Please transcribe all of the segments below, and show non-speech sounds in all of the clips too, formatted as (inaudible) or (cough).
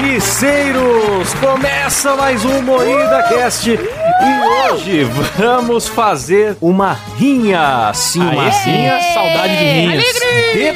Carniceiros! Começa mais um Moída Cast e hoje vamos fazer uma rinha. Sim, uma Aí sim, rinha saudade de rinhas.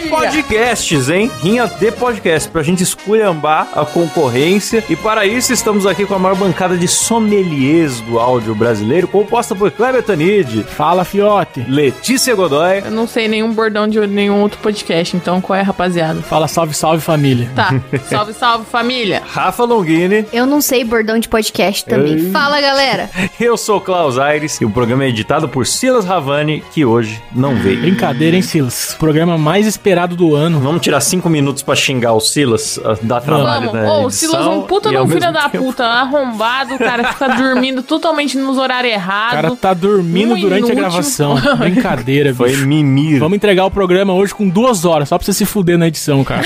de podcasts, hein? Rinha de podcast, pra gente esculhambar a concorrência. E para isso, estamos aqui com a maior bancada de sommeliers do áudio brasileiro, composta por Kleber Tanid, Fala, fiote. Letícia Godoy, Eu não sei nenhum bordão de nenhum outro podcast, então qual é, rapaziada? Fala, salve, salve, família. Tá, salve, salve, família! Rafa Longini Eu não sei bordão de podcast também. Fala, galera. Eu sou o Klaus Aires e o programa é editado por Silas Ravani, que hoje não veio. Brincadeira, hein, Silas? Programa mais esperado do ano. Vamos tirar cinco minutos pra xingar o Silas, ah, dar trabalho Vamos, da ô, o edição Silas é um puta e de ao um filho mesmo da tempo- puta, arrombado, o cara fica dormindo totalmente nos horários O cara errados. tá dormindo Um durante inútil. a (laughs) gravação. Brincadeira, bicho. Foi mimir. Vamos entregar o programa hoje com duas horas, só pra você se fuder na (laughs) edição, cara.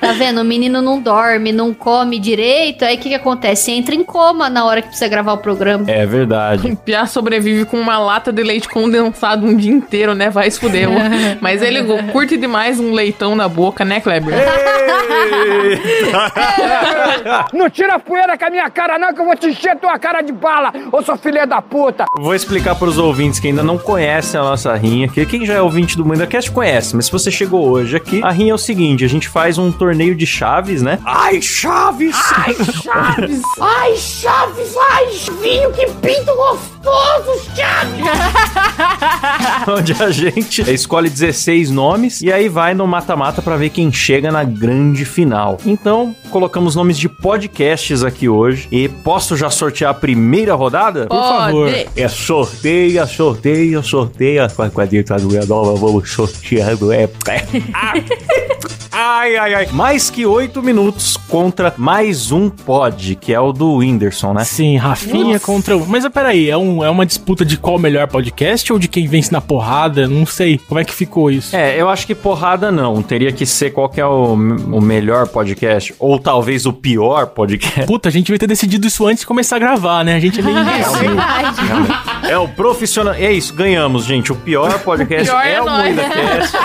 Tá vendo? O menino não dorme, não come direito. Aí o que, que acontece? Entra em coma na hora que precisa gravar o programa. É (laughs) verdade. Piá sobrevive com uma lata de leite condensado um dia inteiro, né? Vai se fuder. ô. Mas ele go- curte demais um leitão na boca, né, Kleber? Não tira a poeira com a minha cara, não, que eu vou te encher tua cara de bala, ô seu filho da puta! Vou explicar pros ouvintes que ainda não conhecem a nossa rinha, que quem já é ouvinte do Mundo Cast conhece, mas se você chegou hoje aqui, a rinha é o seguinte, a gente faz um torneio de chaves, né? Ai, chaves! Ai, Ai, Chaves, ai, vinho que pinto gostoso, Chaves! (laughs) onde a gente escolhe 16 nomes e aí vai no mata-mata pra ver quem chega na grande final. Então, colocamos nomes de podcasts aqui hoje e posso já sortear a primeira rodada? Por favor. É sorteia, sorteia, sorteia. Com a tá quadritadura nova, vamos sorteando. É. (laughs) Ai, ai, ai. Mais que oito minutos contra mais um pod, que é o do Whindersson, né? Sim, Assim, Rafinha contra o. Mas ah, peraí, é, um, é uma disputa de qual o melhor podcast ou de quem vence na porrada? Não sei. Como é que ficou isso? É, eu acho que porrada não. Teria que ser qual que é o, o melhor podcast, ou talvez o pior podcast. Puta, a gente devia ter decidido isso antes de começar a gravar, né? A gente é (laughs) meio imbecil. É o profissional. É isso, ganhamos, gente. O pior podcast (laughs) O pior é, é o nós. (laughs) MuidaCast.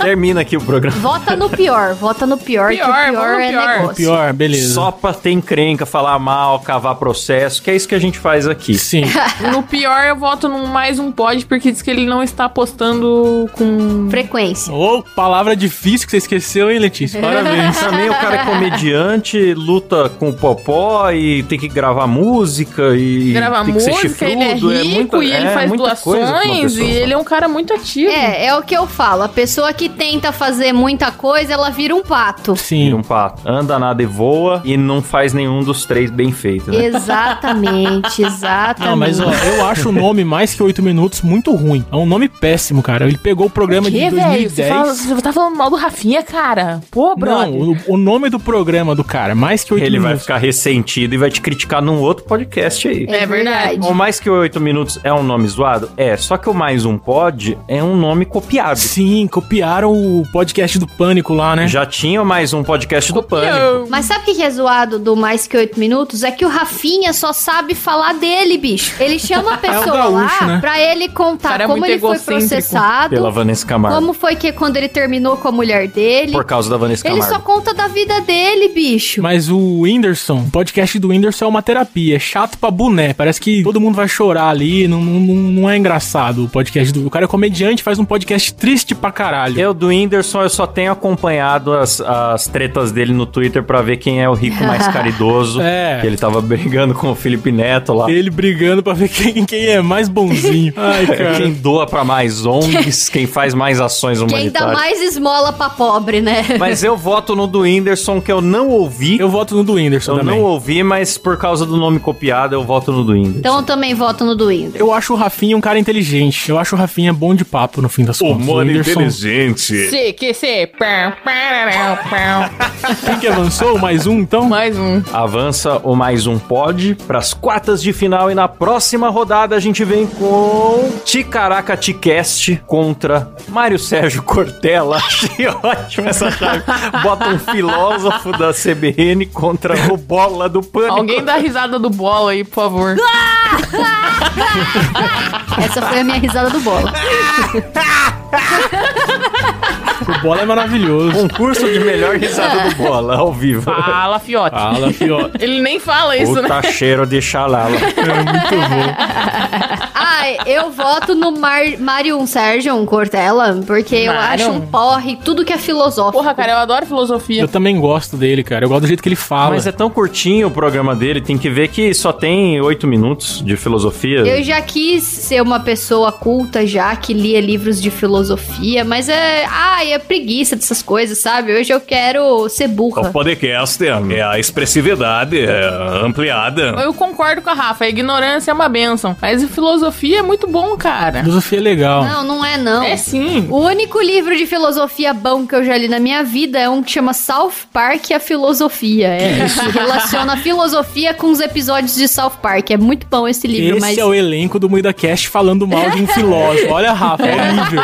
Termina aqui o programa. Vota no pior, vota no pior, que Pior, o pior vamos no é pior. negócio. Pior, beleza. Só pra ter encrenca, falar mal, cavar processo, que é isso que a gente faz aqui. Sim. No pior, eu voto num mais um pod, porque diz que ele não está postando com. Frequência. Ô, palavra difícil que você esqueceu, hein, Letícia? (laughs) Parabéns. Também o cara é comediante, luta com o popó e tem que gravar música e. Grava tem que ser música, ele é rico chifrudo, muita- e ele é faz muita coisa que uma doações e pessoa ele é um cara muito ativo. É, é o que eu falo. A pessoa que tenta fazer muita coisa, ela vira um (laughs) pato. Sim. Vira um pato. Anda, nada e voa e não faz nenhum dos três bem feito, né? Exatamente, exatamente. Não, Ah, mas ó, eu acho o nome mais que 8 minutos muito ruim. É um nome péssimo, cara. Ele pegou o programa de Que, velho? Você, 2010. fala- você tá falando mal do Rafinha, cara? Pô, brother. Não, o, o nome do programa do cara, mais que 8 Ele vai minutos. ficar ressentido e vai te criticar num outro podcast aí. É verdade. O mais que oito minutos é um nome zoado? É, só que o mais um pod é um nome copiado. Sim, copiaram o podcast do Pânico lá, né? Já tinha o mais um podcast do Pânico. Eu- Mas sabe o que que é zoado do mais que oito minutos? É que o Rafinha só sabe falar dele, bicho. (laughs) Ele chama a pessoa É um gaúcho, lá né? pra ele O cara contar é como muito ele foi egocêntrico processado, Pela Vanessa Camargo. como foi que quando ele terminou com a mulher dele. Por causa da Vanessa Ele Camargo. só conta da vida dele, bicho. Mas o Whindersson, o podcast do Whindersson é uma terapia. É chato pra boné. Parece que todo mundo vai chorar ali. Não, não, não- não é engraçado o podcast do. O cara é comediante, faz um podcast triste pra caralho. Eu, do Whindersson, eu só tenho acompanhado as, as tretas dele no Twitter pra ver quem é o rico mais caridoso. É. Que ele tava brigando com o Felipe Neto lá. Ele brigando pra ver quem, quem é (laughs) mais bonzinho. Ai, cara. É Quem doa pra mais (laughs) ONGs, quem faz mais ações Quem dá humanitárias. mais esmola pra pobre, né? Mas eu voto no do Whindersson, que eu não ouvi. Eu voto no do Whindersson Eu também. não ouvi, mas por causa do nome copiado, eu voto no do Whindersson. Então eu também voto no do Whindersson. Eu acho o Rafinha um cara inteligente. Eu acho o Rafinha bom de papo, no fim das contas. o Então, Whindersson- inteligente. Se que se. pam, pararau, pam. Quem que avançou? Mais um, então? Mais um. Avança o mais um pod para as quartas de final e na próxima rodada a gente vem com Ticaraca Ticast contra Mário Sérgio Cortella. (laughs) Achei ótimo essa chave. Bota um filósofo da CBN contra o Bola do Pânico. Alguém dá risada do bola aí, por favor. Essa foi a minha risada do bola. O Bola é maravilhoso. Concurso de melhor risada do bola, ao vivo. Fala, fiote. Fala, fio. Ele nem fala Ah, isso, né? É Puta cheiro de xalala. (laughs) Ai, eu voto no Mar Mário Sérgio Cortella, porque eu Mário? acho um porre tudo que é filosófico. Porra, cara, eu adoro filosofia. Eu também gosto dele, cara. Eu gosto do jeito que ele fala. Mas é tão curtinho o programa dele, tem que ver que só tem oito minutos de filosofia. Eu já quis ser uma pessoa culta já, que lia livros de filosofia, mas é... Ai, é preguiça dessas coisas, sabe? Hoje eu quero ser burra. podcast é a expressividade é (laughs) ampliada. Eu concordo com a Rafa, a ignorância é uma benção. Mas a filosofia é muito bom, cara. Filosofia é legal. Não, não é não. É sim. O único livro de filosofia bom que eu já li na minha vida é um que chama South Park e a Filosofia. É, que relaciona a filosofia com os episódios de South Park. É muito bom esse livro, Esse mas. é o elenco do Muida Cast falando mal de um filósofo. Olha, Rafa, é horrível.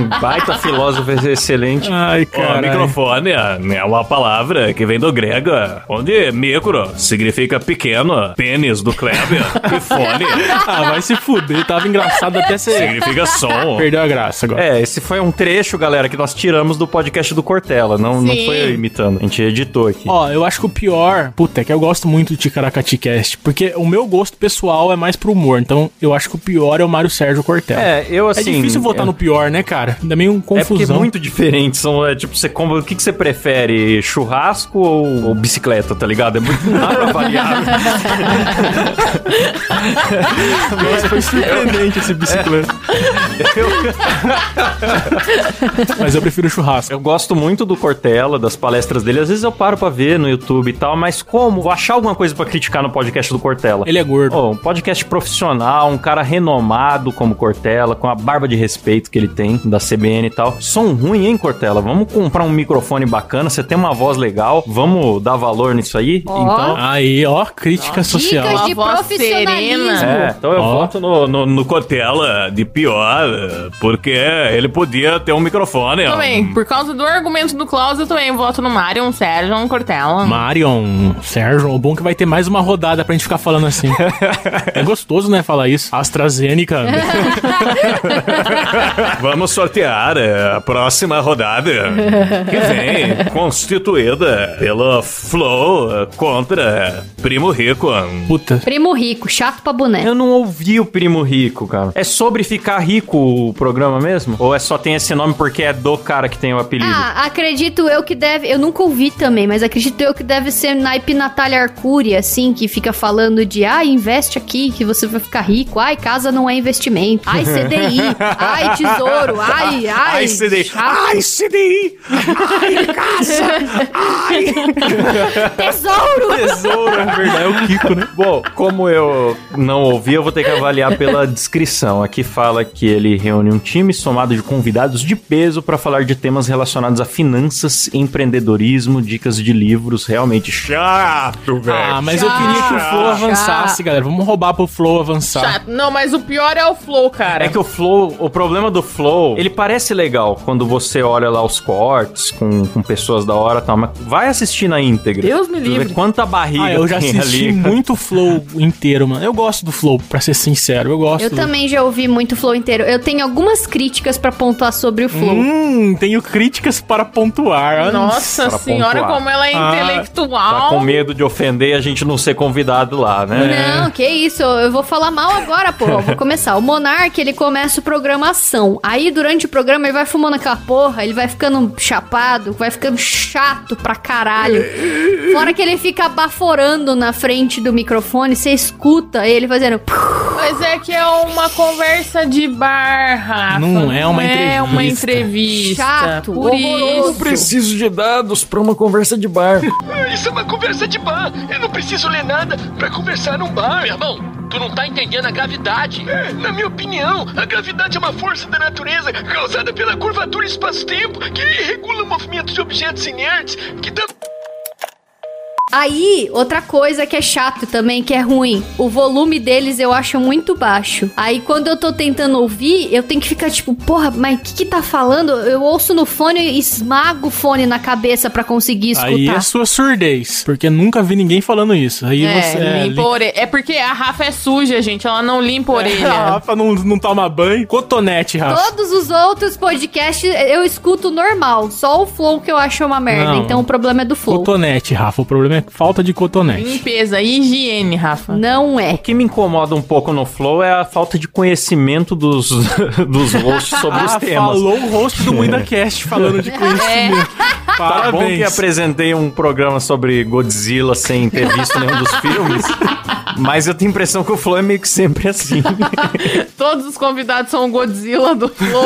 Um baita filósofo excelente. (laughs) Ai, O cara. microfone é uma palavra que vem do grego, é, onde micro significa pequeno, pênis do (laughs) Kleber, e fone Ah, vai se fuder. Tava engraçado até você. significa som. Perdeu a graça agora. É, esse foi um trecho, galera, que nós tiramos do podcast do Cortella. Não, não Sim. foi eu imitando. A gente editou aqui. Ó, eu acho que o pior. Puta, é que eu gosto muito do Ticaracati Cast. Porque o meu gosto pessoal é mais pro humor. Então eu acho que o pior é o Mário Sérgio Cortella. é, eu assim. é difícil votar é- no pior, né, cara? Ainda meio um É porque é confusão. muito diferente. São, é, tipo, você compra. O que, que você prefere? Churrasco ou, ou bicicleta, tá ligado? É muito não dá pra avaliar. (laughs) Nossa, foi surpreendente esse bicicleta. É. Mas eu prefiro churrasco. Eu gosto muito do Cortella, das palestras dele. Às vezes eu paro pra ver no YouTube e tal, mas como? Vou achar alguma coisa pra criticar no podcast do Cortella. Ele é gordo. Ô, um podcast profissional, um cara renomado como Cortella, com a barba de respeito que ele tem da CBN e tal. Som ruim, hein, Cortella? Vamos comprar um microfone bacana, você tem uma voz legal, vamos dar valor nisso aí? Ó. Então. Aí, ó, crítica social. Dicas de Uma voz profissionalismo. serena. É, então eu Ó. voto no, no, no No Cotela, de pior, eh, porque ele podia ter um microfone. ó. Também, por causa do argumento do Klaus, eu também voto no Marion, Sérgio, no Cortella. Marion, Sérgio, o bom é que vai ter mais uma rodada pra gente ficar (laughs) falando assim. é gostoso, né, falar isso. AstraZeneca. (laughs) Vamos sortear eh, a próxima rodada que (laughs) vem, constituída pelo Flow contra Primo Rico. Puta. Primo rico, chato pra boné. Eu não ouvi o Primo Rico, cara. É sobre ficar rico o programa mesmo? Ou é só tem esse nome porque é do cara que tem o apelido? Ah, acredito eu que deve. Eu nunca ouvi também, mas acredito eu que deve ser naipe Natália Arcuri, assim, que fica falando de ah, investe aqui que você vai ficar rico. Ai, casa não é investimento. Ai, CDI. ai, tesouro. Ai, ai. Ai, CDI. chato. Ai, CDI. Tesouro! Tesouro, é verdade, é o Kiko, né? Bom, como eu não ouvi, eu vou ter que avaliar pela descrição. Aqui fala que ele reúne um time somado de convidados de peso pra falar de temas relacionados a finanças, empreendedorismo, dicas de livros, realmente chato. Chato, velho. Ah, mas eu queria que o Flow Já. avançasse, galera. Vamos roubar pro Flow avançar. Chato. Não, mas o pior é o Flow, cara. É que o Flow, o problema do Flow, ele parece legal quando você olha lá os cortes com, com pessoas da hora e tal, mas vai assistir na íntegra. Deus me Tu vê livre. Quanta barriga Ah, eu já tem assisti ali. muito Flow inteiro, mano. Eu gosto do Flow, pra ser sincero. Eu gosto. Eu do- também já ouvi muito o Flow inteiro. Eu tenho algumas críticas pra pontuar sobre o Flow. Hum, tenho críticas para pontuar. Olha Nossa pra senhora, pontuar. como ela é Ah, Tá intelectual. com medo de ofender e a gente não ser convidado lá, né? Não, que isso, eu vou falar mal agora, pô. Eu Vou começar. O Monark, ele começa o programação. Aí, durante o programa, ele vai fumando aquela porra, ele vai ficando chapado, vai ficando chato pra caralho. Fora que ele fica baforando na frente do microfone, você escuta ele fazendo. Mas é que é uma conversa de bar, Rafa. Não é uma É uma entrevista. entrevista. Chato, Por horroroso. isso. preciso de dados pra uma conversa de bar. Isso é uma conversa de bar. Eu não preciso ler nada pra conversar num bar. Meu irmão, tu não tá entendendo a gravidade. É, na minha opinião, a gravidade é uma força da natureza causada pela curvatura espaço-tempo que regula o movimento de objetos inertes que dá... Aí, outra coisa que é chato também, que é ruim. O volume deles eu acho muito baixo. Aí, quando eu tô tentando ouvir, eu tenho que ficar tipo, porra, mas o que que tá falando? Eu ouço no fone e esmago o fone na cabeça pra conseguir escutar. Aí é sua surdez, porque nunca vi ninguém falando isso. Aí É, você é, limpa a orelha. É porque a Rafa é suja, gente. Ela não limpa (laughs) a A orelha. Rafa não, não toma banho. Cotonete, Rafa. Todos Todos os outros podcasts eu escuto normal. Só o Flow que eu acho uma merda. Não. Então o problema é do Flow. Cotonete, Rafa. O problema é falta de cotonete. Limpeza e higiene, Rafa. Não é. (laughs) O que me incomoda um pouco no Flow é a falta de conhecimento dos, (laughs) dos hosts sobre os Ah, temas. falou o host do MuidaCast falando de conhecimento. (laughs) Tá bom que Parabéns. apresentei um programa sobre Godzilla sem ter visto nenhum dos filmes, mas eu tenho a impressão que o Flow é meio que sempre assim. É, Todos os convidados são o Godzilla do Flow.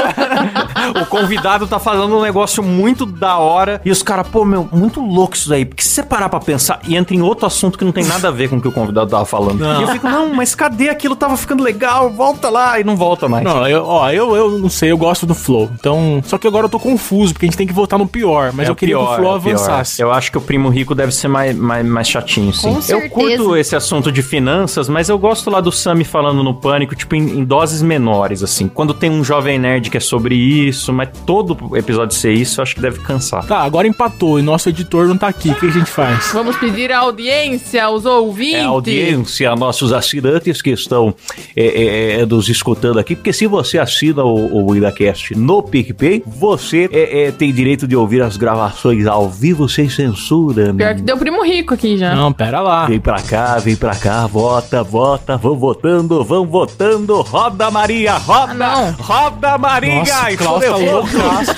O convidado tá falando um negócio muito da hora e os caras, pô, meu, muito louco isso daí. Porque se você parar pra pensar e entra em outro assunto que não tem nada a ver com o que o convidado tava falando. E eu fico, não, mas cadê aquilo? Tava ficando legal, volta lá e não volta mais. Não, eu, ó, eu, eu não sei, eu gosto do Flow. Então, só que agora eu tô confuso, porque a gente tem que votar no pior, mas É eu queria pior, que o Flow é pior. avançasse. Eu acho que o primo rico deve ser mais, mais, mais chatinho, sim. Com eu certeza. curto esse assunto de finanças, mas eu gosto lá do Sami falando no pânico, tipo, em, em doses menores, assim. Quando tem um jovem nerd que é sobre isso, mas todo episódio ser isso, eu acho que deve (laughs) cansar. Tá, agora empatou e nosso editor não tá aqui. O que a gente faz? Vamos pedir a audiência aos ouvintes. É, audiência, a nossos assinantes que estão é, é, é, nos escutando aqui, porque se você assina o, o IdaCast no PicPay, você é, é, tem direito de ouvir as gravações ao vivo sem censura. né? Pior que deu primo rico aqui já. Não, pera (laughs) lá. Vem pra cá, vem pra cá, vota, vota, vão votando, vão votando, roda Maria, roda, Ah, não. roda Maria, Nossa, e o Klaus tá fodeu. loucaço,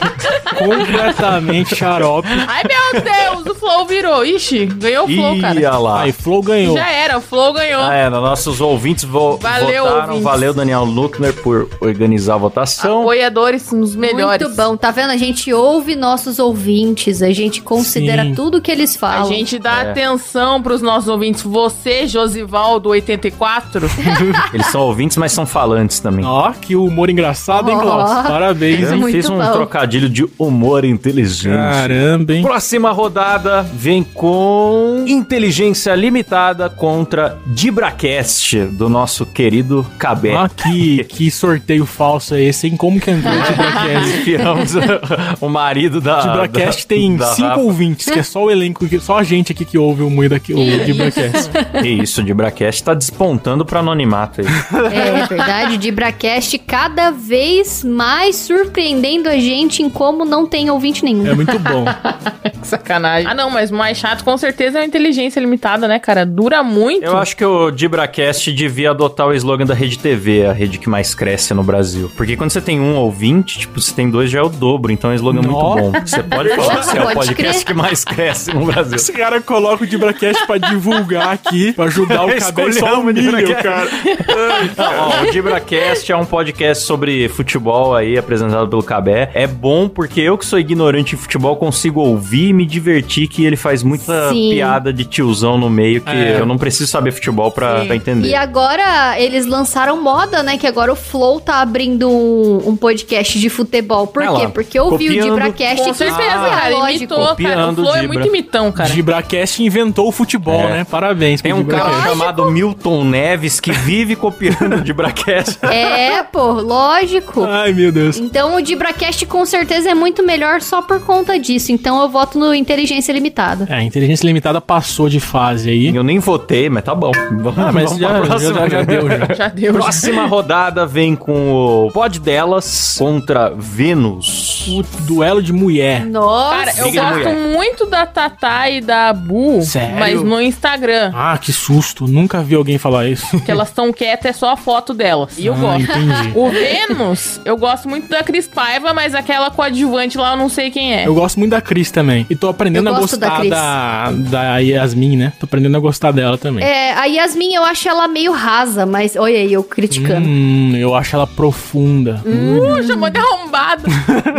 mano. Completamente xarope. Ai, meu Deus, o Flow virou. Ixi, ganhou o Flow, Ih, cara. olha lá. Aí, Flow ganhou. Já era, o Flow ganhou. Ah, é, nossos ouvintes vo- Valeu, votaram, ouvintes. valeu Daniel Luckner por organizar a votação. Apoiadores são os melhores. Muito bom, tá vendo? A gente ouve nossos ouvintes, a gente considera Sim. tudo que eles A falam. gente dá É. atenção pros nossos ouvintes. Você, Josivaldo (laughs) 84, Eles são ouvintes, mas são falantes também. Ó, que humor engraçado, hein, Ó. Klaus? Parabéns, Isso é hein? Eu fiz muito um bom. trocadilho de humor inteligente. Caramba, hein? É. Próxima rodada vem com Inteligência Limitada contra Dibracast, do nosso querido Cabé. Ah, que, que sorteio falso é esse, hein? Como que andou de Bracast? Enfiamos (laughs) o marido da. De Bracast tem da cinco Rafa. ouvintes, que é só o elenco, que- só a gente aqui que ouve o Moeda aqui, o de Bracast. Que É isso, o de Bracast tá despontando pra anonimato aí. É, é verdade, de Bracast cada vez mais surpreendendo a gente em como não tem ouvinte nenhum. É muito bom. que sacanagem. Ah, não, mas o mais chato com certeza é a inteligência limitada, né, cara? Dura muito. Eu acho que o Dibracast devia adotar o slogan da Rede TV, a rede que mais cresce no Brasil. Porque quando você tem um ouvinte, tipo, você tem dois já é o dobro, então é um slogan Nossa. muito bom. Você (laughs) pode falar que você é o Pode podcast crer. que mais cresce no Brasil. Esse cara coloca o de Bracast pra divulgar aqui, pra ajudar (laughs) o cabelo só Escolhamos o humilha o Dibracast. cara. Ó, o DibraCast é um podcast sobre futebol aí, apresentado pelo Cabé. É bom porque eu que sou ignorante em futebol consigo ouvir e me divertir que ele faz muita Sim. piada de tiozão no meio que É. eu não preciso saber futebol pra, Sim. pra entender. E agora eles lançaram moda, né? Que agora o Flow tá abrindo um, um podcast de futebol. Por Ah lá, quê? Porque eu vi o copiando. de Bracast Com e quis certeza, copiar, cara. Ah, lógico. Imitou, cara. O Copiando Flow é Dibra. muito imitão, cara. De Bracast inventou o futebol, É. né? Parabéns Tem pro um de cara Bracast. chamado Milton Neves que vive copiando o (laughs) DibraCast. É, pô, (laughs) lógico. Ai, meu (laughs) Deus. Então o Dibracast com certeza é muito melhor só por conta disso. Então eu voto no Inteligência Limitada. É, a inteligência limitada passou de fase aí. Eu nem votei, mas tá bom. Vamos, Ah, mas vamos já, pra já, próxima. já- já deu, já. Já deu. já. Próxima rodada vem com o Pod Delas contra Vênus. O duelo de mulher. Nossa! Cara, eu Diga, gosto mulher. muito da Tatá e da Bu, Sério? mas no Instagram. Ah, que susto. Nunca vi alguém falar isso. Que elas estão quietas, é só a foto delas. E eu (laughs) Ah, gosto. (laughs) entendi. O Vênus, eu gosto muito da Cris Paiva, mas aquela coadjuvante lá eu não sei quem é. Eu gosto muito da Cris também. E tô aprendendo Eu a gosto da gostar Cris. da, da Yasmin, né? Tô aprendendo a gostar dela também. É, a Yasmin eu acho ela meio rasa, mas olha aí, eu criticando. Hum, eu acho ela profunda. Hum, Uh, chamou de arrombado.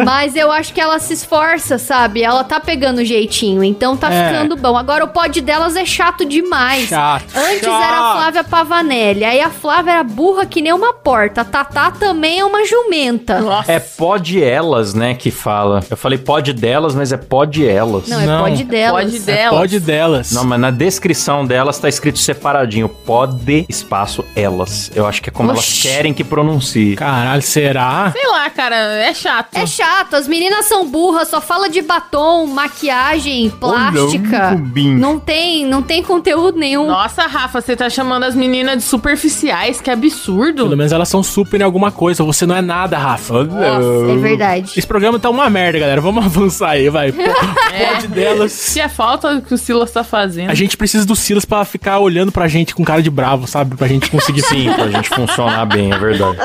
Mas eu acho que ela se esforça, sabe? Ela tá pegando o jeitinho, então tá É. ficando bom. Agora o pod delas é chato demais. Chato. Antes chato. era a Flávia Pavanelli, aí a Flávia era burra que nem uma porta. A Tatá também é uma jumenta. Nossa. É pode elas, né, que fala. Eu falei pode delas, mas é pode elas. Não, Não, é Não. pod delas. Pode delas. Pode delas. mas na descrição delas tá escrito separadinho. Pode, espaço, elas. Eu acho que é como elas Oxi. querem que pronuncie. Caralho, será? Sei lá, cara, é chato. É chato, as meninas são burras, só fala de batom, maquiagem, plástica. Olha, um cubinho. Não tem, não tem conteúdo nenhum. Nossa, Rafa, você tá chamando as meninas de superficiais, que absurdo. Pelo menos elas são super em alguma coisa. Você não é nada, Rafa. Nossa, é verdade. Esse programa tá uma merda, galera. Vamos (laughs) avançar aí, vai. Pô, Pode (laughs) delas. Se é falta que o Silas tá fazendo. A gente precisa do Silas pra ficar olhando pra gente com cara de bravo, sabe? Pra gente (laughs) conseguir Sim, pra gente funcionar bem, é verdade.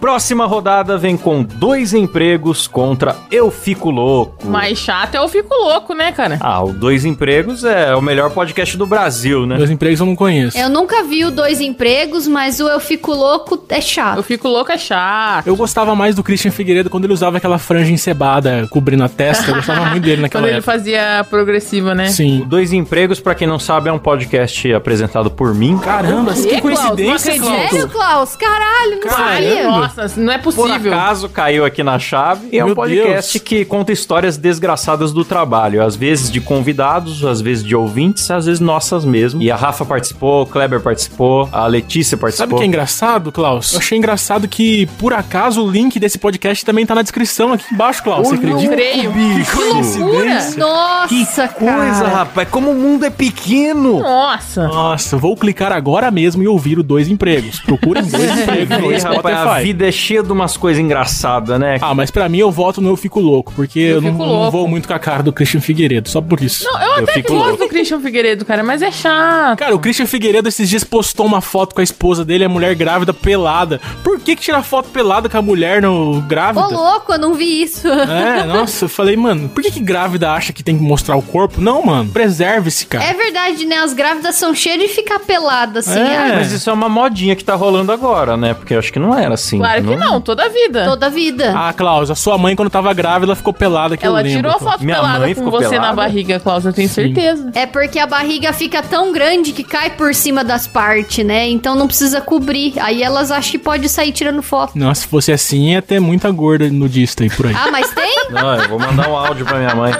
Próxima rodada vem com dois empregos contra Eu Fico Louco. Mais chato é o Fico Louco, né, cara? Ah, o Dois Empregos é o melhor podcast do Brasil, né? Meus empregos eu não conheço. Eu nunca vi o Dois Empregos, mas o Eu Fico Louco é Eu chato. Fico Louco é chato. Eu gostava mais do Christian Figueiredo quando ele usava aquela franja encebada cobrindo a testa. Eu gostava muito dele naquela Quando ele época. fazia progressiva, né? O Sim. Dois Empregos, pra quem não sabe, é um podcast apresentado por mim. Caramba, que quê, Klaus? coincidência, Não acredito. Cláudio. Sério, Klaus? Caralho, não sabia. Nossa, não é Por possível. acaso caiu aqui na chave. E é um Meu podcast Deus. que conta histórias desgraçadas do trabalho. Às vezes de convidados, às vezes de ouvintes, às vezes nossas mesmo. E a Rafa participou, o Kleber participou, a Letícia Sabe participou. o que é engraçado, Klaus? Eu achei engraçado que, por acaso, o link desse podcast também tá na descrição aqui embaixo, Klaus. Você acredita? Freio. Que coincidência. é Nossa, Que é coisa, cara. rapaz, como o mundo é pequeno! Nossa. Nossa, vou clicar agora mesmo e ouvir o Dois Empregos. Procurem (laughs) Dois Empregos no Ih, é rapaz, a Spotify. vida é cheia de umas coisas engraçadas, né? Ah, mas pra mim eu voto no Eu Fico Louco, porque eu, não, Fico não Louco. vou muito com a cara do Christian Figueiredo, só por isso. Não, eu, Eu até fico que gosto louco. do Christian Figueiredo, cara, mas é chato. Cara, o Christian Figueiredo esses dias postou uma foto com a esposa dele, a mulher grávida pelada. Por que que tirar foto pelada com a mulher no Ô, grávida? louco, eu não (laughs) vi isso. É, nossa, eu falei, mano, por que que grávida acha que tem que mostrar o corpo? Não, mano, preserve-se, cara. É verdade, né? As grávidas são cheias de ficar pelada, assim. É. ah, Mas isso é uma modinha que tá rolando agora, né? Porque eu acho que não era assim. Claro que não, toda a vida. Toda a vida. Ah, Klaus, a sua mãe quando tava grávida, ela ficou pelada, que Ela eu lembro. tirou a foto Minha mãe pelada com ficou você pelada? na barriga, Klaus, eu tenho certeza. É porque a barriga fica tão grande que cai por cima das partes, né? Então não precisa cobrir. Aí elas acham que pode sair tirando foto. Não, se fosse assim, ia ter muita gorda nudista aí por aí. Ah, mas tem? (laughs) Não, eu vou mandar um áudio pra minha mãe.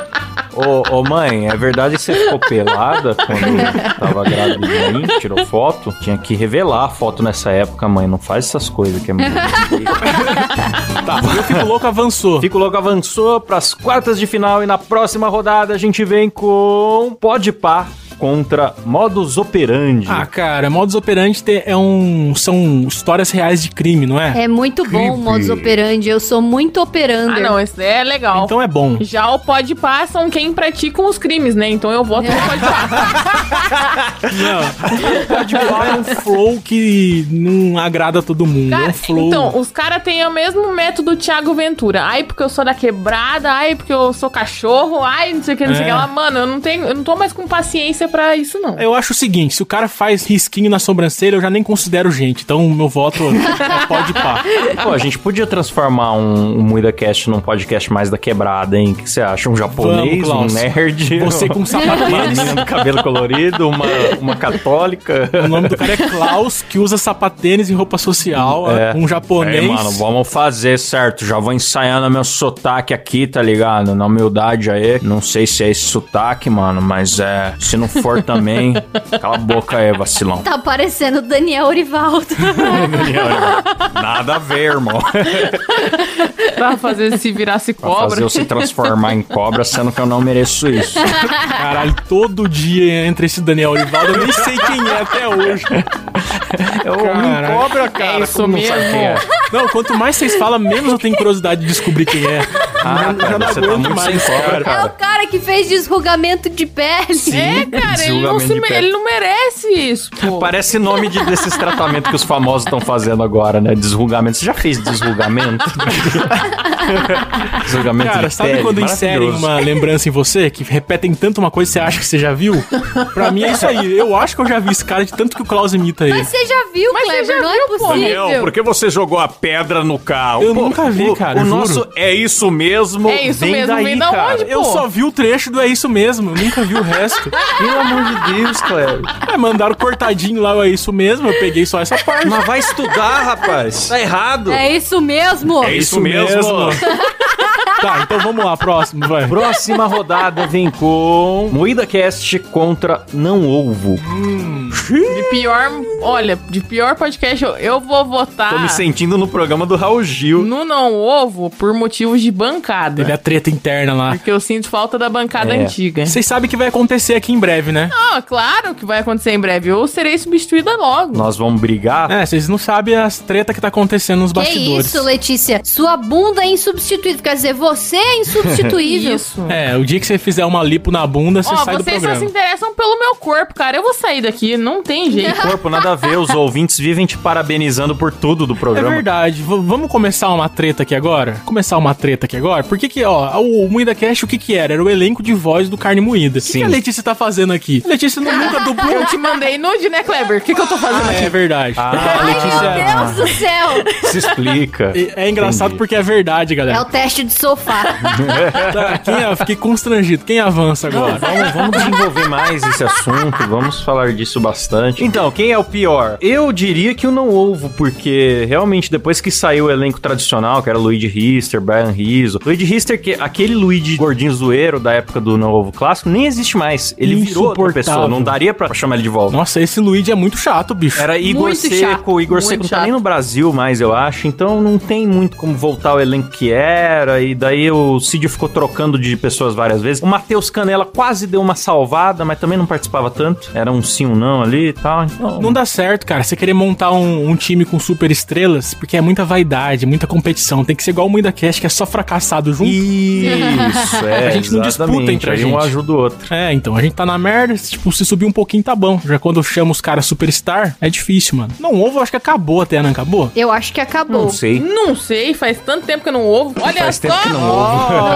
Ô, ô mãe, é verdade que você ficou pelada quando tava grávida de mim, tirou foto? Tinha que revelar a foto nessa época, mãe. Não faz essas coisas que é muito. Tá, eu fico louco, avançou. Fico Louco avançou para as quartas de final e na próxima rodada a gente vem com Pode Par contra Modus Operandi. Ah, cara, modus operandi te- é um. são histórias reais de crime, não é? É muito bom o modus operandi. Eu sou muito operando. Ah, não, esse é legal. Então é bom. Já o pode pá são quem praticam os crimes, né? Então eu voto no (laughs) pode pá. Não, pode falar é um flow que não agrada todo mundo. é Cara, um flow. então, os caras têm o mesmo método Thiago Ventura. Ai, porque eu sou da quebrada, ai, porque eu sou cachorro, ai, não sei o que, não sei o É. que lá. Mano, eu não tenho, eu não tô mais com paciência pra isso, não. Eu acho o seguinte, se o cara faz risquinho na sobrancelha, eu já nem considero gente. Então, o meu voto é pode (laughs) pá. Pô, a gente podia transformar um, um MuidaCast num podcast mais da quebrada, hein? O que você acha? Um japonês, Klaus. um nerd? Você com um uma sapatênis. menina do cabelo colorido, uma, uma católica. O nome do cara é Klaus, que usa sapatênis e roupa social. É. Um japonês. Aí, mano, vamos fazer certo. Já vou ensaiando meu sotaque aqui, tá ligado? Na humildade aí. Não sei se é esse sotaque, mano, mas é. Se não for (laughs) também, cala a boca aí, vacilão. Tá parecendo o (laughs) Daniel Orivaldo. Nada a ver, irmão. Pra fazer se virasse Pra cobra. fazer eu se transformar em cobra, sendo que eu não mereço isso. Caralho, todo dia entra esse Daniel Rivaldo. Eu nem sei quem é até hoje. É o homem Caraca. cobra, cara. É isso como não sabe mesmo. quem é? Não, quanto mais vocês falam, menos eu tenho curiosidade de descobrir quem é. Ah, cara, você tá aguento muito sem mais, cobra, cara. É o cara. cara que fez desrugamento de pele. É, cara, ele não, Julgamento se de me- pé. É, ele não merece isso. Pô. Parece nome de- desses tratamentos que os famosos estão fazendo agora, né? Desrugamento. Você já fez desrugamento? desrugamento Cara, de sabe pele? quando inserem Maravilhoso. uma lembrança em você que repetem tanto uma coisa que você acha que você já viu? Pra mim é isso aí. Eu acho que eu já vi esse cara de tanto que o Klaus imita ele. Mas você já viu, Mas você Kleber? já não viu, é pô. possível. Daniel, por que você jogou a pedra no carro? Eu nunca vi, cara, O juro. nosso é isso mesmo. É isso vem mesmo, daí, vem da cara. onde? Eu pô. só vi o trecho do É Isso Mesmo, eu nunca vi o resto. Pelo amor de Deus, Cleber. É, mandaram cortadinho lá o É Isso Mesmo, eu peguei só essa parte. Mas vai estudar, rapaz. Tá errado. É isso mesmo. É isso isso mesmo. mesmo. Tá, então vamos lá, próximo, vai. Próxima rodada vem com Moída Cast contra Não Ovo. De pior, olha, de pior podcast, eu, eu vou votar Tô me sentindo no programa do Raul Gil. no Não Ovo por motivos de bancada. Teve a treta interna lá. Porque eu sinto falta da bancada É. antiga. Vocês sabem que vai acontecer aqui em breve, né? Não, claro que vai acontecer em breve. Eu serei substituída logo. Nós vamos brigar. É, vocês não sabem as treta que tá acontecendo nos Que bastidores. isso, Letícia? Sua bunda é insubstituível. Quer dizer, você é insubstituível. (laughs) Isso. É, o dia que você fizer uma lipo na bunda, você Ó, sai do vocês só programa. se interessam pelo meu corpo, cara. Eu vou sair daqui, não tem (laughs) jeito. Corpo, nada a ver. Os ouvintes vivem te parabenizando por tudo do É programa. verdade. V- vamos começar uma treta aqui agora? Começar uma treta aqui agora? Por que que, ó, o Moída Cash, o que que era? Era o elenco de voz do Carne Moída. O que, Sim. que a Letícia tá fazendo aqui? A Letícia não, nunca dublou. (laughs) Eu te mandei nude, né, Kleber? O que, que eu tô fazendo (laughs) aqui? é verdade. Ah, Ai, meu Deus Letícia, do céu! se explica. É é engraçado porque é verdade, É o galera. teste de sofá. Tá, Quem, eu fiquei constrangido. Quem avança agora? Vamos, vamos desenvolver mais esse assunto, vamos falar disso bastante. Então, quem é o pior? Eu diria que o não ovo, porque realmente depois que saiu o elenco tradicional, que era Luigi Rister, Brian Rizzo, Luigi Rister, que aquele Luigi gordinho zoeiro da época do não ovo clássico, nem existe mais. Ele virou outra Insuportável. pessoa, não daria pra chamar ele de volta. Nossa, esse Luigi é muito chato, bicho. Era Igor Muito Seco, chato, o Igor muito Seco não tá chato. nem no Brasil mais, eu acho, então não tem muito como voltar o elenco que era, e daí o Cid ficou trocando de pessoas várias vezes. O Matheus Canela quase deu uma salvada, mas também não participava tanto, era um sim, um não ali e tal, então... Não dá certo, cara. Você querer montar um, um time com super estrelas, porque é muita vaidade, muita competição. Tem que ser igual o Muida Cash, que é só fracassado junto. Isso, é, A gente não disputa exatamente, entre a aí gente. um ajuda o outro. É, então, a gente tá na merda, se, tipo, se subir um pouquinho tá bom. Já quando eu chamo os caras superstar, é difícil, mano. Não, ovo eu acho que acabou até, não acabou? Eu acho que acabou. Não sei. Não sei, faz tanto tempo que eu não ovo. Olha Faz só! tempo que não ovo.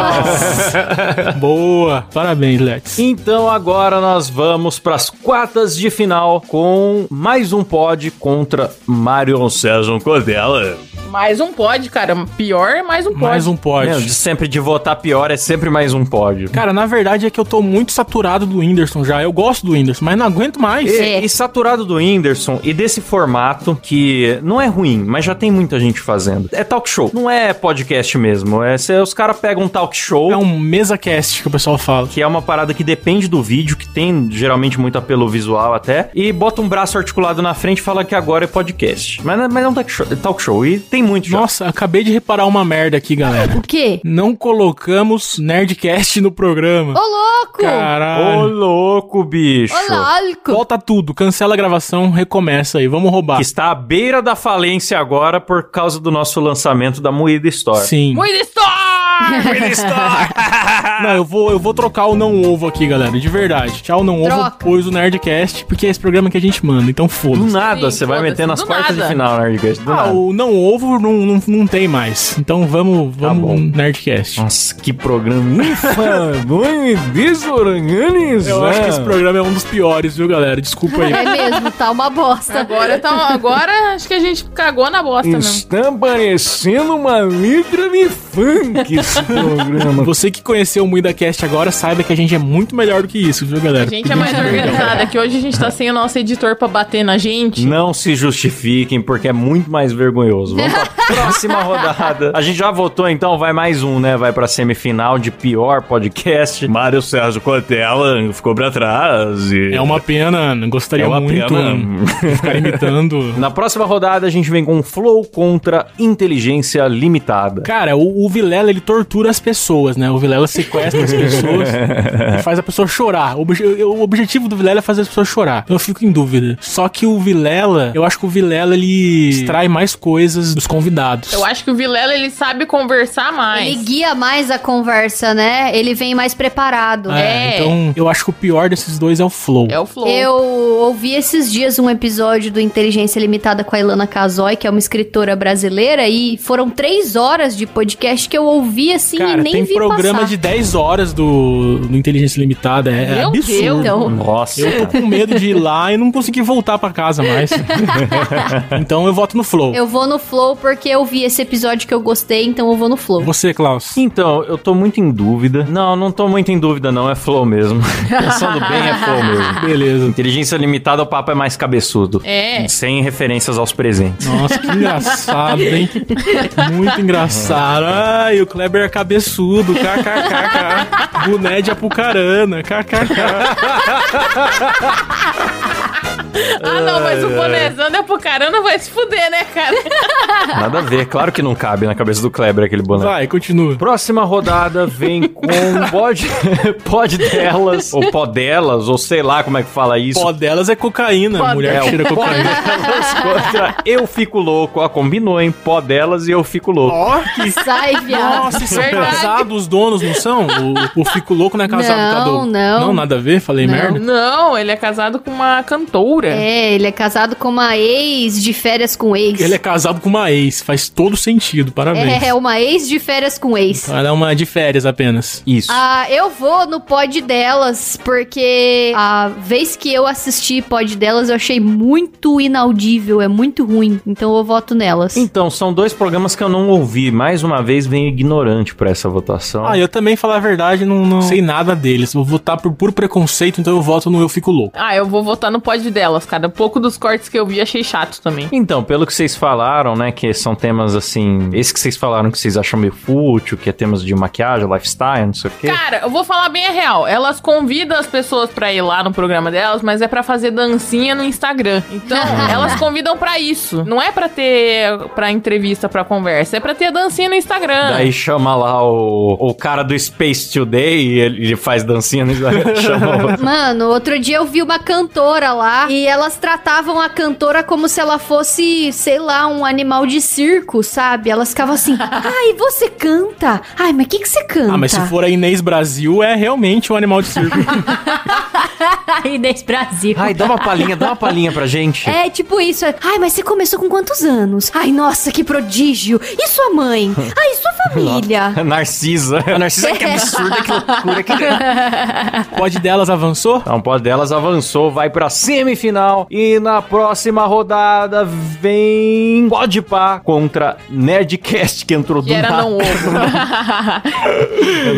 Ah, (laughs) Boa! Parabéns, Lex. Então agora nós vamos pras quartas de final com mais um pod contra Marion César Cordela. Mais um pod, cara. Pior, mais um pod. Mais um pod. Meu, de sempre de votar pior é sempre mais um pódio. Cara, na verdade é que eu tô muito saturado do Whindersson já. Eu gosto do Whindersson, mas não aguento mais. E, e saturado do Whindersson e desse formato que não é ruim, mas já tem muita gente fazendo. É talk show, não é podcast mesmo. É, cê- os caras pegam um talk show. É um mesa cast que o pessoal fala. Que é uma parada que depende do vídeo, que tem geralmente muito apelo visual até, e bota um braço articulado na frente e fala que agora é podcast. Mas, mas é um talk show, é talk show, e tem muito já. Nossa, acabei de reparar uma merda aqui, galera. O quê? Não colocamos Nerdcast no Ô, programa. louco! Ô, Caralho. louco, bicho! Ô, louco! Volta tudo, cancela a gravação, recomeça aí, vamos roubar. Que está à beira da falência agora por causa do nosso lançamento da Moída Store. Sim. Muito história! Não, eu vou, eu vou trocar o não ovo aqui, galera, de verdade. Tchau, não ovo, Troca. pois o Nerdcast, porque é esse programa que a gente manda, então Do foda-se. nada, Sim, você vai foda-se, meter nas do quartas de nada. final, Nerdcast. Do Ah, nada. o não ovo não, não, não tem mais. Então vamos, vamos Tá bom. Nerdcast. Nossa, que programa É infame, desorganizado. Eu acho que esse programa é um dos piores, viu, galera? Desculpa (laughs) aí. É mesmo, tá uma bosta. Agora, tá, agora acho que a gente cagou na bosta mesmo. Está parecendo uma letra de funk esse programa. Você que conheceu o MuidaCast agora, saiba que a gente é muito melhor do que isso, viu, galera? A gente é mais organizada, que hoje a gente tá sem o nosso editor pra bater na gente. Não se justifiquem, porque é muito mais vergonhoso. Vamos (laughs) pra próxima rodada. A gente já votou, então vai mais um, né? Vai pra semifinal de pior podcast. Mário Sérgio Cortella ficou pra trás e... É um- uma pena, gostaria É uma muito pena. de (laughs) ficar imitando. Na próxima rodada, a gente vem com Flow contra Inteligência Limitada. Cara, o, o Vilela, ele tortura as pessoas, né? O Vilela sequestra as pessoas e faz a pessoa chorar. O, obje- eu- o objetivo do Vilela é fazer as pessoas chorar. Eu fico em dúvida. Só que o Vilela, eu acho que o Vilela, ele extrai mais coisas dos convidados. Eu acho que o Vilela, ele sabe conversar mais. Ele guia mais a conversa, né? Ele vem mais preparado. É, É. Então, eu acho que o pior desses dois é o Flow. É o Flow. Eu ouvi esses dias um episódio do Inteligência Limitada com a Ilana Casoy, que é uma escritora brasileira, e foram três horas de podcast que eu ouvi assim Cara, e nem tem vi programa passar. de 10 horas do, do Inteligência Limitada. É, é Meu absurdo. Deus. Então, Nossa. Eu tô com medo de ir lá e não conseguir voltar pra casa mais. então eu voto no Flow. eu vou no Flow porque eu vi esse episódio que eu gostei, então eu vou no Flow. Você, Klaus. Então, eu tô muito em dúvida. Não, não tô muito em dúvida, não. É flow mesmo. (laughs) Pensando bem, é flow mesmo. (laughs) Beleza. Inteligência limitada, o papo é mais cabeçudo. É. Sem referências aos presentes. Nossa, que engraçado, hein? Muito engraçado. Ai, o Kleber Kleber é cabeçudo, kkkk. Boné de apucarana, kkk. Ah, não, mas o bonezão da Apucarana vai se fuder, né, cara? Nada a ver, claro que não cabe na cabeça do Kleber aquele boné. Vai, continua. Próxima rodada vem com (laughs) pode, pode delas, ou pó delas, ou sei lá como é que fala isso. Pó delas é cocaína, Pó mulher que tira Pó cocaína. delas contra Eu Fico Louco. Ó, combinou, hein? Pó delas e Eu Fico Louco. Ó, que... (laughs) Sai, viado. Nossa, e são Verdade. casados os donos, não são? O, o Fico Louco não é casado, Não, tá do... não. Não, nada a ver, falei merda. Não, ele é casado com uma cantora. É, ele é casado com uma ex de férias com ex. Ele é casado com uma ex, faz todo sentido, parabéns. É, é uma ex de férias com ex. Ela é uma de férias apenas. Isso. Ah, eu vou no pod delas, porque a vez que eu assisti pod delas, eu achei muito inaudível, é muito ruim. Então eu voto nelas. Então, são dois programas que eu não ouvi. Mais uma vez, venho ignorante pra essa votação. Ah, eu também, falar a verdade, não, não sei nada deles. Vou votar por puro preconceito, então eu voto no Eu Fico Louco. Ah, eu vou votar no pod delas, cara. Pouco dos cortes que eu vi achei chato também. Então, pelo que vocês falaram, né, que são temas assim. Esse que vocês falaram que vocês acham meio fútil, que é temas de maquiagem, lifestyle, não sei o quê. Cara, eu vou falar bem a real. Elas convidam as pessoas pra ir lá no programa delas, mas é pra fazer dancinha no Instagram. (laughs) Então, elas convidam pra isso. Não é pra ter pra entrevista, pra conversa, é pra ter dancinha no Instagram. Ah. Daí chama lá o, o cara do Space Today e ele, ele faz dancinha no (laughs) chama o- Mano, outro dia eu vi uma cantora lá e elas tratavam a cantora como se ela fosse, sei lá, um animal de circo, sabe? Elas ficavam assim, ai, você canta? Ai, mas o que, que você canta? Ah, mas se for a Inês Brasil, é realmente um animal de circo. Inês Brasil. Ai, (laughs) dá uma palhinha, dá uma palhinha pra gente. É tipo isso. é, Ai, mas você começou com quantos anos? Ai, nossa, que prodígio. E sua (laughs) mãe? Ai, e sua família? Narcisa. É, A Narcisa é (laughs) que absurda, que loucura. Que... Pode delas avançou? (laughs) Então, pode delas avançou, vai pra semifinal. E na próxima rodada vem. Pode pá contra Nerdcast, que entrou do Que era nada. um. não ovo.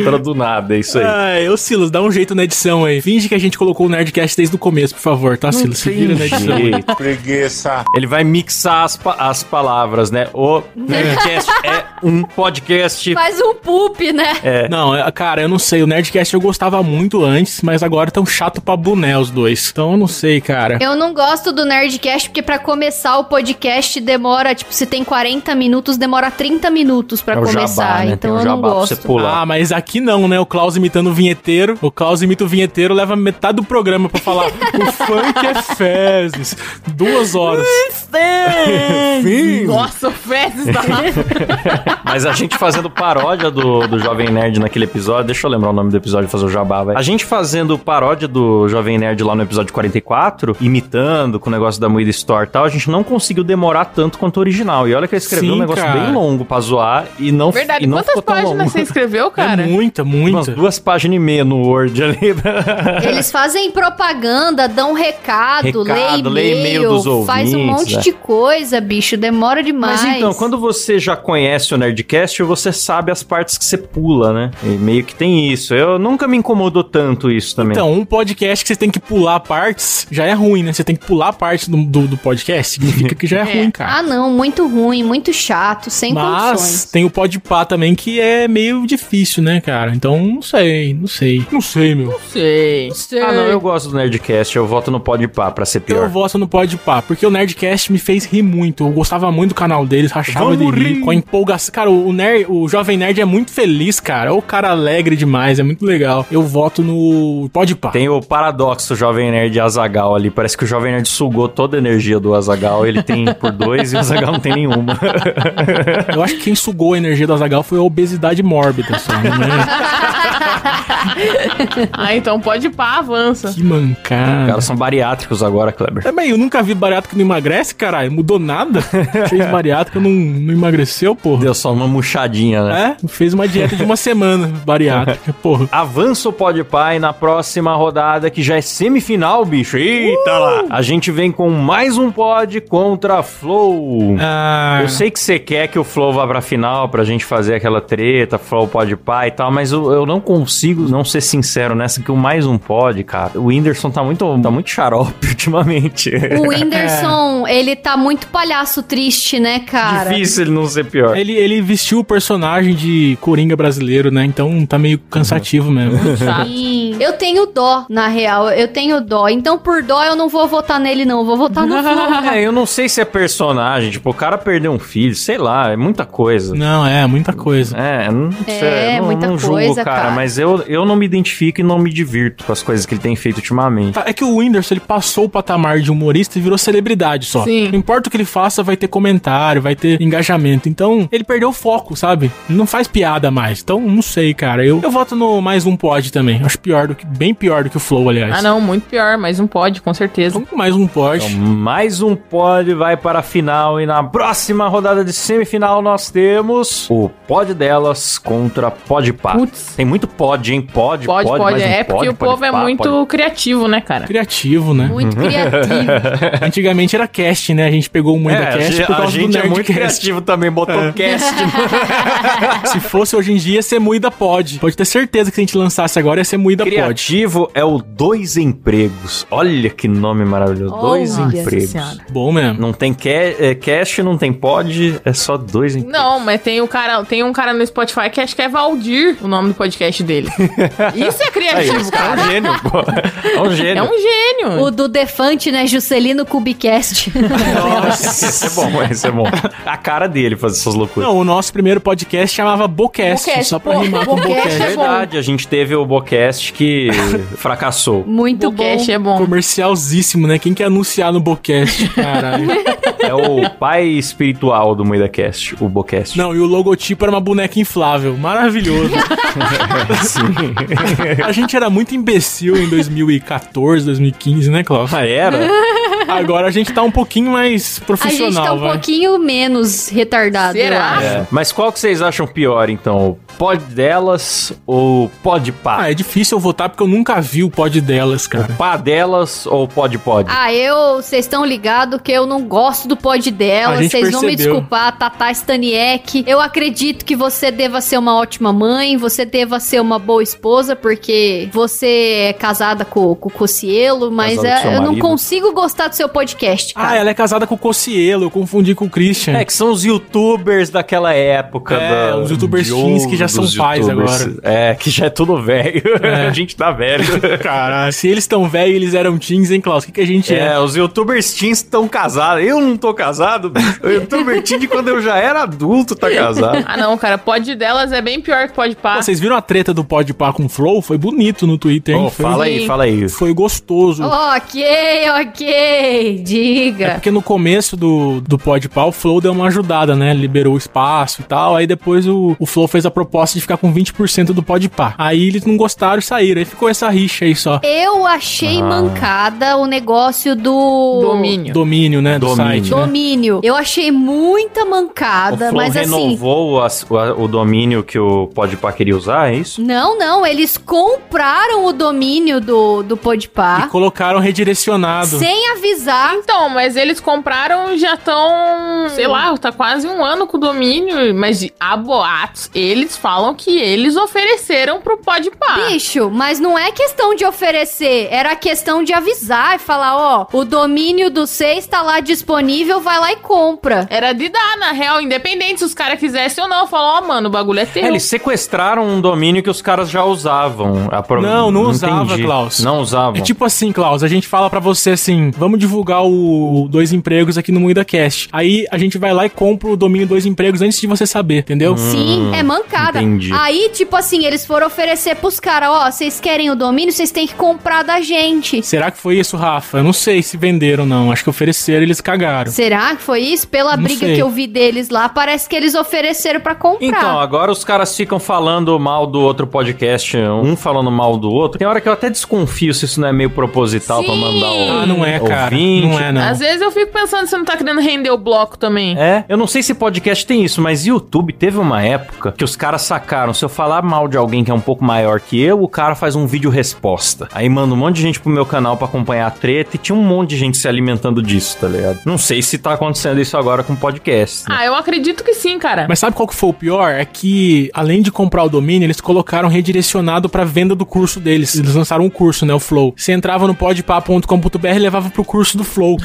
(laughs) Entrou do nada, é isso aí. Ai, ô Silas, dá um jeito na edição aí. Finge que a gente colocou o Nerdcast desde o começo, por favor, tá, Silas? Se vira na edição. Preguiça. Ele vai mixar as, pa- as palavras, né? O Nerdcast é um podcast. Faz um poop, né? Não, é- cara, eu não sei. O Nerdcast eu gostava muito antes, mas agora tão chato pra boné os dois. Então eu não sei, cara. Eu não gosto do Nerdcast porque pra começar o podcast demora, tipo, se tem 40 minutos, demora 30 minutos pra É o começar. jabá, né? Tem Então o eu não jabá pra você gosto. pular. Ah, mas aqui não, né? O Klaus imitando o vinheteiro. O Klaus imita o vinheteiro, leva metade do programa pra falar. o funk é fezes. Duas horas. É (laughs) Nossa, o Fezes da Mas a gente fazendo paródia do, do Jovem Nerd naquele episódio, deixa eu lembrar o nome do episódio e fazer o jabá, vai. A gente fazendo paródia do Jovem Nerd lá no episódio 44, imitando com o negócio da Moída Store e tal, a gente não conseguiu demorar tanto quanto o original. E olha que eu escrevi Sim, um negócio cara. bem longo pra zoar e não, Verdade, e não quantas ficou tão páginas longo. você escreveu, cara? É (laughs) muita, Umas muita. duas páginas e meia no Word ali. (laughs) Eles fazem propaganda, dão recado, Recado, lê lê e-mail e-mail, dos faz um ouvintes, monte né? de coisa, bicho, demora demais. Mas então, quando você já conhece o Nerdcast, você sabe as partes que você pula, né? E meio que tem isso. Eu nunca me incomodou tanto isso também. Então, um podcast que você tem que pular partes já é ruim, né? Você tem que pular parte do, do, do podcast, significa que já é, ruim, cara. Ah, não, muito ruim, muito chato, sem Mas condições. tem o podpá também que é meio difícil, né, cara? Então, não sei, não sei. Não sei, meu. Sei. Ah, não, eu gosto do Nerdcast, eu voto no Podpah pra ser Eu pior. voto no Podpah, porque o Nerdcast me fez rir muito. Eu gostava muito do canal deles, rachava de rir, com a empolgação. Cara, o, nerd, o Jovem Nerd é muito feliz, cara. É o cara alegre demais, é muito legal. Eu voto no Podpah. Tem o paradoxo Jovem Nerd e Azagal ali. Parece que o Jovem Nerd sugou toda a energia do Azagal. Ele tem por dois e o Azagal não tem nenhuma. Eu acho que quem sugou a energia da Zagal foi a obesidade (laughs) mórbida, só, né? Ah, então pode pá, avança. (laughs) Que mancada. Caras são bariátricos agora, Kleber. É, mas eu nunca vi bariátrico que não emagrece, caralho. Mudou nada. Fez bariátrico não, não emagreceu, porra. Deu só uma murchadinha, né? É? Fez uma dieta de uma semana bariátrica, porra. Avança o Podpah e na próxima rodada, que já é semifinal, bicho. Eita lá! A gente vem com mais um pod contra a Flow. Ah, Eu sei que você quer que o Flow vá pra final pra gente fazer aquela treta, Flow pode pá e tal, mas eu, eu não consigo consigo não ser sincero nessa que o mais um pode, cara. O Whindersson tá muito, tá muito xarope (laughs) ultimamente. É O Whindersson, ele tá muito palhaço triste, né, cara? Difícil ele não ser pior. Ele, ele vestiu o personagem de Coringa brasileiro, né? Então tá meio cansativo Uhum. (laughs) mesmo. Chato. Sim. Eu tenho dó, na real. Eu tenho dó. Então, por dó, eu não vou votar nele, não. Eu Vou (laughs) votar no Flow. É, eu não sei se é personagem, tipo, o cara perdeu um filho, sei lá, é muita coisa. Não, é, muita coisa. É, não sei, É, não, muita não julgo, coisa, cara, cara. mas eu, eu não me identifico e não me divirto com as coisas que ele tem feito ultimamente. Tá, É que o Whindersson, ele passou o patamar de humorista e virou celebridade só. Sim. Não importa o que ele faça, vai ter comentário, vai ter engajamento. Então, ele perdeu o foco, sabe? Ele não faz piada mais. Então, não sei, cara. Eu, eu voto no mais um pod também. Acho pior do que... Bem pior do que o Flow, aliás. Ah, não, muito pior, mas não pode, com certeza. Então, mais um pod. Então, mais um pod vai para a final e na próxima rodada de semifinal nós temos o pod delas contra pod pá. Putz. Tem muito pod, hein? Pod, pod, Pode, pode. mais um É porque pod, o pod povo é pá, muito pod- criativo, né, cara? Criativo, né? Muito criativo. Antigamente era cast, né? A gente pegou o moeda É, a cast É. gente, por a causa gente do é muito Nerdcast. criativo também, botou (laughs) cast. Se fosse hoje em dia, ia ser moída pode. Pode ter certeza que se a gente lançasse agora, ia ser moída pode. Criativo é o Dois Empregos. Olha que nome maravilhoso. dois Olha Empregos. Oh, senhora. Bom mesmo. Não tem ca é, cast, não tem pod, é só dois empregos. Não, mas tem, o cara, tem um cara no Spotify que acho que é Valdir, o nome do podcast (laughs) dele. Isso é (laughs) Aí, criativo, esse cara. cara é um gênio, pô. É um É gênio. um gênio. o do Defante, né? Juscelino Kubicast. Esse é bom, esse é bom. A cara dele fazer essas loucuras. Não, o nosso primeiro podcast chamava Bocast, Bocast, só pra pô, rimar com Bocast Bocast. é bom. Verdade, a gente teve o Bocast (laughs) que fracassou. (laughs) Muito O cast é bom. Comercialzíssimo, né? Quem quer anunciar no Bocast, caralho? É o pai espiritual do MoedaCast, o Bocast. Não, e o logotipo era uma boneca inflável. Maravilhoso. a gente era muito imbecil em 2014, 2015, né, Cláudio? Ah, era? Agora a gente tá um pouquinho mais A profissional, gente tá um é vai. pouquinho menos retardado, eu Será? acho. É. Mas qual que vocês acham pior, então? O pod delas ou o pod pá? Ah, é difícil eu votar porque eu nunca vi o pod delas, cara. Pá delas ou pod pod? Ah, eu, vocês estão ligados que eu não gosto do pod A dela, gente vocês vão me percebeu. desculpar, Tata Staniek. Eu acredito que você deva ser uma ótima mãe, você deva ser uma boa esposa, porque você é casada com, com o Cocielo, mas Casada com é- seu eu não marido. consigo gostar do seu podcast, Ah, Tá. cara. ela é casada com o Cocielo, eu confundi com o Christian. É, que são os youtubers daquela época. É, da- os youtubers de teens que já ouro são dos pais youtubers. agora. É. É, que já é tudo velho. (laughs) a gente tá velho. Caralho. Se eles tão velhos, eles eram teens, hein, Klaus? O que, que a gente é? (laughs) É, os youtubers teens estão casados. Eu não tô casado. bicho. O youtuber teen de quando eu já era adulto tá casado. Ah, não, cara. Pode delas é bem pior que pode Pô, pá. Vocês viram a treta do Podpah com o Flow? Foi bonito no Twitter, hein? Ô, Foi- fala aí, fala aí. Foi gostoso. É Ok, ok, diga. Porque no começo do, do Podpah, o Flow deu uma ajudada, né? Liberou o espaço e tal. Aí depois o, o Flow fez a proposta de ficar com 20% do Podpah. Aí eles não gostaram e saíram. Aí ficou essa rixa aí só. Eu achei Ah. mancada o negócio do Domínio. Domínio, né? Do Domínio. site, né? domínio. Eu achei muita O mancada, Flow mas assim, renovou as- o, o domínio que o Podpah queria usar, é isso? Não, não, eles compraram o domínio do, do E Podpah colocaram redirecionado. sem avisar. Então, mas eles compraram e já estão, sei lá, tá quase um ano com o domínio, mas de- há boatos. Eles falam que eles ofereceram pro pode pá. Bicho, mas não é questão de oferecer, era questão de avisar e falar, ó, o domínio do C está lá disponível, vai lá e compra. Era de dar, na real, independente se os caras quisessem ou não. Falou, ó, mano, o bagulho é teu. É, eles sequestraram um domínio que os caras já usavam. A pro- Não, não usava, entendi. Klaus. Não usavam. É tipo assim, Klaus, a gente fala pra você assim, vamos divulgar o Dois Empregos aqui no Moída Cast. Aí a gente vai lá e compra o domínio Dois Empregos antes de você saber, entendeu? Sim, é mancada. entendi. Aí, tipo assim, eles foram oferecer pros caras, ó, vocês querem o domínio, vocês têm que comprar da gente. Será que foi isso, Rafa? Eu não sei se venderam ou não. Acho que ofereceram e eles cagaram. Será que foi isso? Pela Não briga sei. que eu vi deles lá, parece que eles ofereceram pra comprar. Então, agora os caras ficam falando mal do outro podcast, um falando mal do outro. Tem hora que eu até desconfio se isso não é meio proposital pra Sim. mandar o Ah, não é, cara. 20. Não é, não. Às vezes eu fico pensando se você não tá querendo render o bloco também. É, eu não sei se podcast tem isso, mas YouTube teve uma época que os caras sacaram, se eu falar mal de alguém que é um pouco maior que eu, o cara faz um vídeo resposta. Aí manda um monte de gente pro meu canal pra acompanhar a treta e tinha um monte de gente se alimentando disso, tá ligado? Não sei se tá acontecendo isso agora com podcast. né? Ah, eu acredito que sim, cara. Mas sabe qual que foi o pior? É que, além de comprar o domínio, eles colocaram redirecionado pra venda do curso deles. Eles lançaram um curso, né? O Flow. Você entrava no podpah.com.br e levava pro curso do Flow.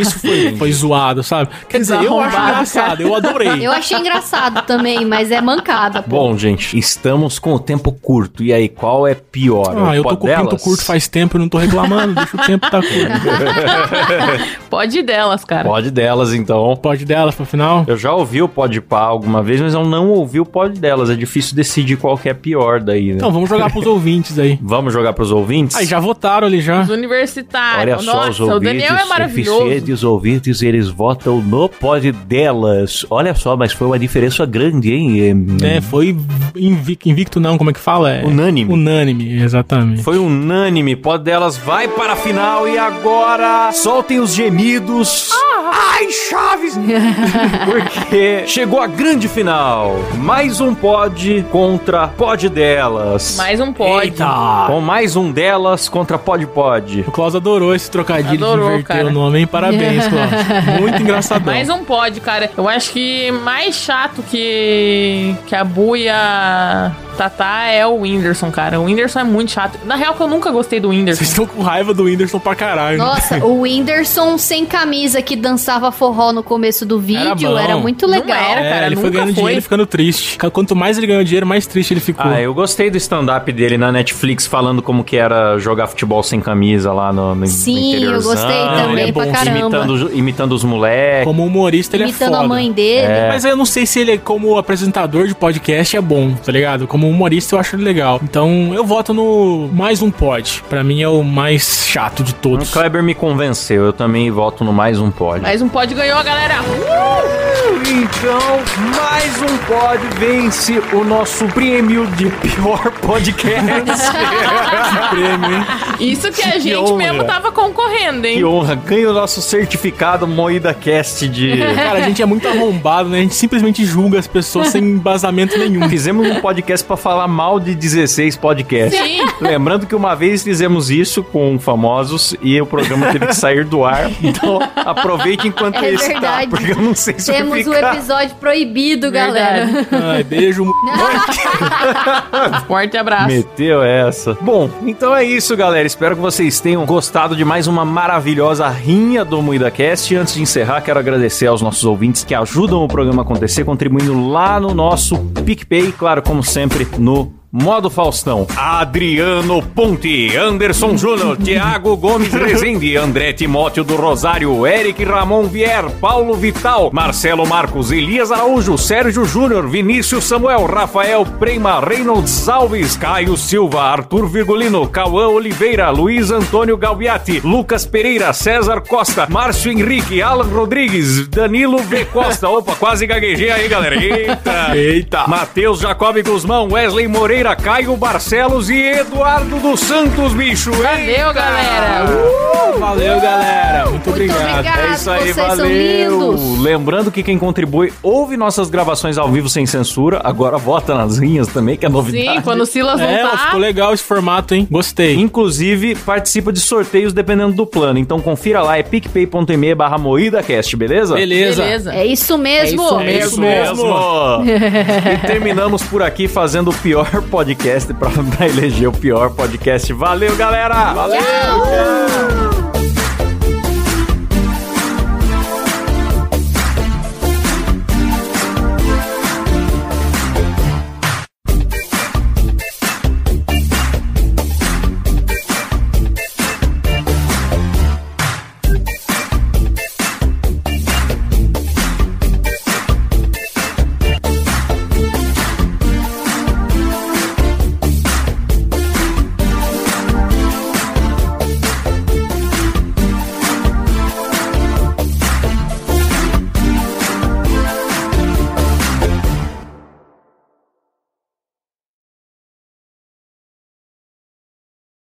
Isso foi, foi zoado, sabe? Quer dizer, eu acho Desarrombado, engraçado, eu adorei. Eu achei engraçado também, mas é mancada. pô. Bom, gente, estamos com o tempo curto. E aí, qual é pior? Ah, eu tô com o pinto Podelas? curto faz tempo, eu não tô reclamando, deixa o tempo tá curto. Pode ir delas, cara. (laughs) Pode delas, então. Pode dela pro final? Eu já ouvi o Pode Pá alguma vez, mas eu não ouvi o Pod delas. É difícil decidir qual que é pior daí, né? Então, vamos jogar pros ouvintes aí. Vamos jogar pros ouvintes? Aí já votaram ali já. Os universitários. Olha só, os Ah, Nossa, o ouvintes, Daniel é maravilhoso. suficientes ouvintes, eles votam no pod delas. Olha só, mas foi uma diferença grande, hein? É, foi invicto, invicto não, como é que fala? É- Hum. Unânime. Unânime, exatamente. Foi unânime, pod delas vai para a final e agora soltem os gemidos. Ai, (laughs) Chaves! Porque chegou a grande final. Mais um pod contra pod delas. Mais um pode. Com mais um delas contra pod pod. O Klaus adorou esse trocadilho Adorou, de inverter cara. o nome, hein? (laughs) Parabéns, Klaus. Muito engraçadão. Mais um pode, cara. Eu acho que mais chato que, que a buia Tatá é o Whindersson, cara. O Whindersson é muito chato. Na real, que eu nunca gostei do Vocês (laughs) Whindersson. estão com raiva do Whindersson pra (laughs) caralho. né? Nossa, o Whindersson sem camisa que dançava forró no começo do vídeo bom. era, muito Não legal. era. cara, É, ele foi nunca ganhando foi. dinheiro e ficando triste. Quanto mais ele ganhou dinheiro, mais triste ele ficou. Ah, eu gostei do stand-up dele na Netflix falando como que era jogar futebol sem camisa lá no, no Sim, eu interiorzão. é gostei também pra caramba. Imitando, os- imitando os moleques. Como humorista, ele Imitando é foda. a mãe dele. Mas eu não sei se ele, como apresentador de podcast, é bom, tá ligado? Como humorista, eu acho ele legal. Então, eu voto no mais um pod. Pra mim, é o mais chato de O todos. Kleber me convenceu, eu também voto no mais um pod. Mais um pode (laughs) ganhou, galera. Então, mais um pod vence o nosso prêmio de pior (laughs) podcast. prêmio, hein? Isso que a Que gente honra. mesmo tava concorrendo, hein? que honra, ganha o nosso certificado Moída Cast de... (laughs) (laughs) Cara, a gente é muito arrombado, né? A gente simplesmente julga as pessoas sem embasamento nenhum. (laughs) Fizemos um podcast pra falar mal de 16 podcasts. Sim. Lembrando que uma vez fizemos isso com famosos e o programa teve que sair do ar. (laughs) Então aproveite enquanto É ele está, verdade. porque eu não sei se vai Temos o ficar. episódio proibido, galera. Ai, beijo. Forte abraço. Meteu essa. Bom, então é isso, galera. Espero que vocês tenham gostado de mais uma maravilhosa rinha do MuidaCast. E Antes de encerrar, quero agradecer aos nossos ouvintes que ajudam o programa a acontecer, contribuindo lá no nosso PicPay, claro, como sempre, no Modo Faustão. Adriano Ponte, Anderson (laughs) Júnior, Tiago Gomes Rezende, André Timóteo do Rosário, Eric Ramon Vier, Paulo Vital, Marcelo Marcos, Elias Araújo, Sérgio Júnior, Vinícius Samuel, Rafael Prema, Reynolds Alves, Caio Silva, Arthur Virgulino, Cauã Oliveira, Luiz Antônio Galbiati, Lucas Pereira, César Costa, Márcio Henrique, Alan Rodrigues, Danilo V. Costa. Opa, quase gaguejei aí, galera. Eita! Eita. Matheus Jacob Guzmão, Wesley Moreira, Caio Barcelos e Eduardo dos Santos, bicho. Valeu, galera. Uh! Valeu, galera. Muito Muito obrigado. obrigado, É isso aí, vocês são valeu! lindos. Lembrando que quem contribui ouve nossas gravações ao vivo sem censura, agora vota nas rinhas também, que é novidade. Sim, quando o Silas não É, ó, tá. ficou legal esse formato, hein? Então, Gostei. Inclusive, participa de sorteios dependendo do plano. Então confira lá, é picpay.me barra moídacast, beleza? Beleza. É isso É isso mesmo. É isso mesmo. e terminamos por aqui fazendo o pior (laughs) podcast pra, pra eleger o pior podcast. Valeu, galera! Valeu! tchau.